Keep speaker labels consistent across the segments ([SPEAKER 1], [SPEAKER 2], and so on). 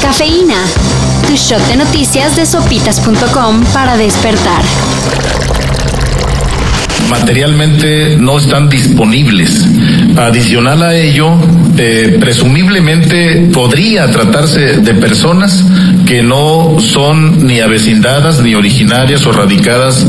[SPEAKER 1] Cafeína. Tu shot de noticias de sopitas.com para despertar.
[SPEAKER 2] materialmente no están disponibles. Adicional a ello, eh, presumiblemente podría tratarse de personas que no son ni avecindadas, ni originarias o radicadas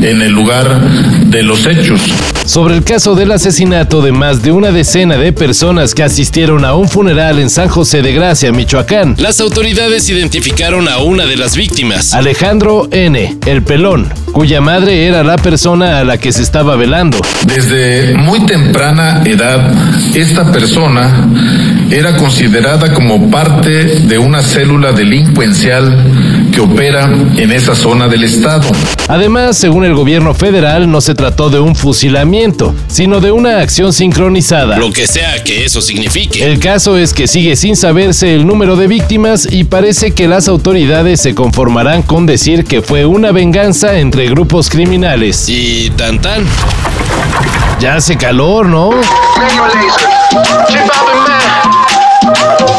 [SPEAKER 2] en el lugar de los hechos.
[SPEAKER 3] Sobre el caso del asesinato de más de una decena de personas que asistieron a un funeral en San José de Gracia, Michoacán, las autoridades identificaron a una de las víctimas, Alejandro N., el pelón, cuya madre era la persona a la que se estaba velando.
[SPEAKER 2] Desde muy temprana edad, esta persona era considerada como parte de una célula delincuencial que opera en esa zona del estado.
[SPEAKER 3] Además, según el gobierno federal, no se trató de un fusilamiento, sino de una acción sincronizada.
[SPEAKER 4] lo que sea que eso signifique.
[SPEAKER 3] El caso es que sigue sin saberse el número de víctimas y parece que las autoridades se conformarán con decir que fue una venganza entre grupos criminales.
[SPEAKER 4] Y tan tan.
[SPEAKER 3] Ya hace calor, ¿no?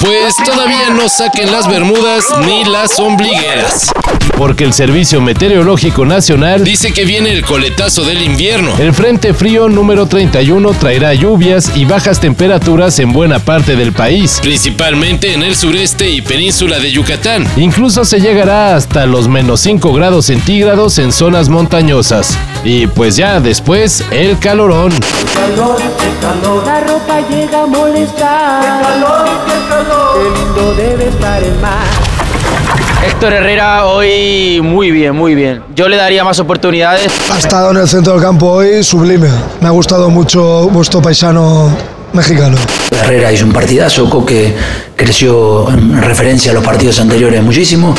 [SPEAKER 4] Pues todavía no saquen las bermudas ni las ombligueras.
[SPEAKER 3] Porque el Servicio Meteorológico Nacional
[SPEAKER 4] Dice que viene el coletazo del invierno.
[SPEAKER 3] El Frente Frío número 31 traerá lluvias y bajas temperaturas en buena parte del país.
[SPEAKER 4] Principalmente en el sureste y península de Yucatán.
[SPEAKER 3] Incluso se llegará hasta los menos 5 grados centígrados en zonas montañosas. Y pues ya después, el calorón.
[SPEAKER 5] calor, qué calor. La ropa llega a molestar. Qué calor, qué calor. Qué lindo debe estar el mar.
[SPEAKER 6] Héctor Herrera hoy muy bien, muy bien. Yo le daría más oportunidades.
[SPEAKER 7] Ha estado en el centro del campo hoy sublime. Me ha gustado mucho vuestro paisano mexicano.
[SPEAKER 8] Herrera hizo un partidazo, Coque creció en referencia a los partidos anteriores muchísimo.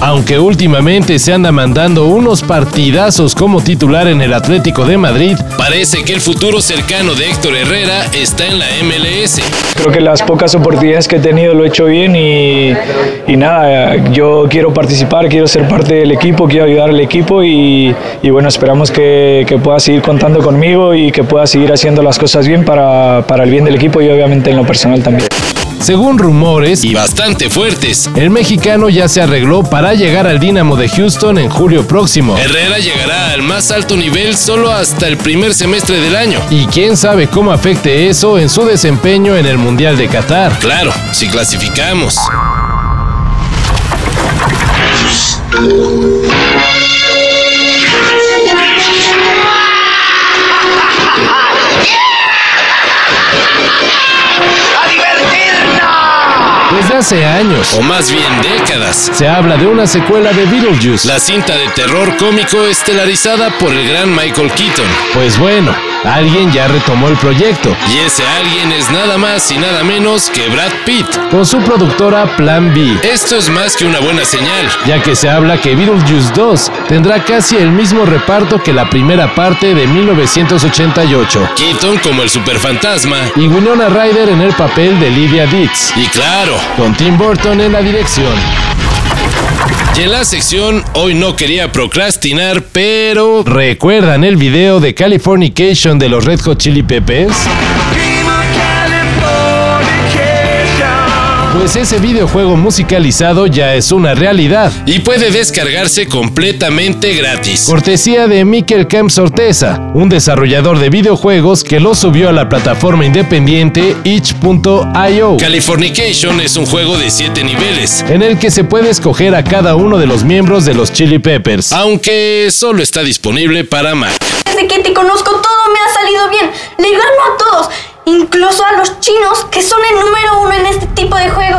[SPEAKER 3] Aunque últimamente se anda mandando unos partidazos como titular en el Atlético de Madrid,
[SPEAKER 4] Parece que el futuro cercano de Héctor Herrera está en la MLS.
[SPEAKER 9] Creo que las pocas oportunidades que he tenido lo he hecho bien y, y nada, yo quiero participar, quiero ser parte del equipo, quiero ayudar al equipo y, y bueno, esperamos que, que pueda seguir contando conmigo y que pueda seguir haciendo las cosas bien para, para el bien del equipo y obviamente en lo personal también.
[SPEAKER 3] según rumores,
[SPEAKER 4] Y bastante fuertes.
[SPEAKER 3] el mexicano ya se arregló para llegar al Dinamo de Houston en julio próximo.
[SPEAKER 4] Herrera llegará al más alto nivel solo hasta el primer semestre del año.
[SPEAKER 3] Y quién sabe cómo afecte eso en su desempeño en el Mundial de Qatar.
[SPEAKER 4] Claro, si clasificamos.
[SPEAKER 3] Desde hace años.
[SPEAKER 4] O más bien décadas.
[SPEAKER 3] Se habla de una secuela de Beetlejuice.
[SPEAKER 4] La cinta de terror cómico estelarizada por el gran Michael Keaton.
[SPEAKER 3] Pues bueno, alguien ya retomó el proyecto.
[SPEAKER 4] Y ese alguien es nada más y nada menos que Brad Pitt.
[SPEAKER 3] Con su productora Plan B.
[SPEAKER 4] Esto es más que una buena señal.
[SPEAKER 3] Ya que se habla que Beetlejuice 2 tendrá casi el mismo reparto que la primera parte de 1988.
[SPEAKER 4] Keaton como el superfantasma.
[SPEAKER 3] Y Winona Ryder en el papel de Lydia Ditz.
[SPEAKER 4] Y claro,
[SPEAKER 3] Con Tim Burton en la dirección.
[SPEAKER 4] y en la sección hoy no quería procrastinar, pero...
[SPEAKER 3] ¿Recuerdan el video de Californication de los Red Hot Chili Peppers? Pues ese videojuego musicalizado ya es una realidad.
[SPEAKER 4] Y puede descargarse completamente gratis.
[SPEAKER 3] Cortesía de Miquel Camps Sorteza, un desarrollador de videojuegos que lo subió a la plataforma independiente itch.io,
[SPEAKER 4] Californication es un juego de 7 niveles,
[SPEAKER 3] en el que se puede escoger a cada uno de los miembros de los Chili Peppers.
[SPEAKER 4] aunque solo está disponible para Mac.
[SPEAKER 10] Desde que te conozco todo me ha salido bien. Le gano a todos, incluso a los chinos que son el número uno en este tipo de juegos.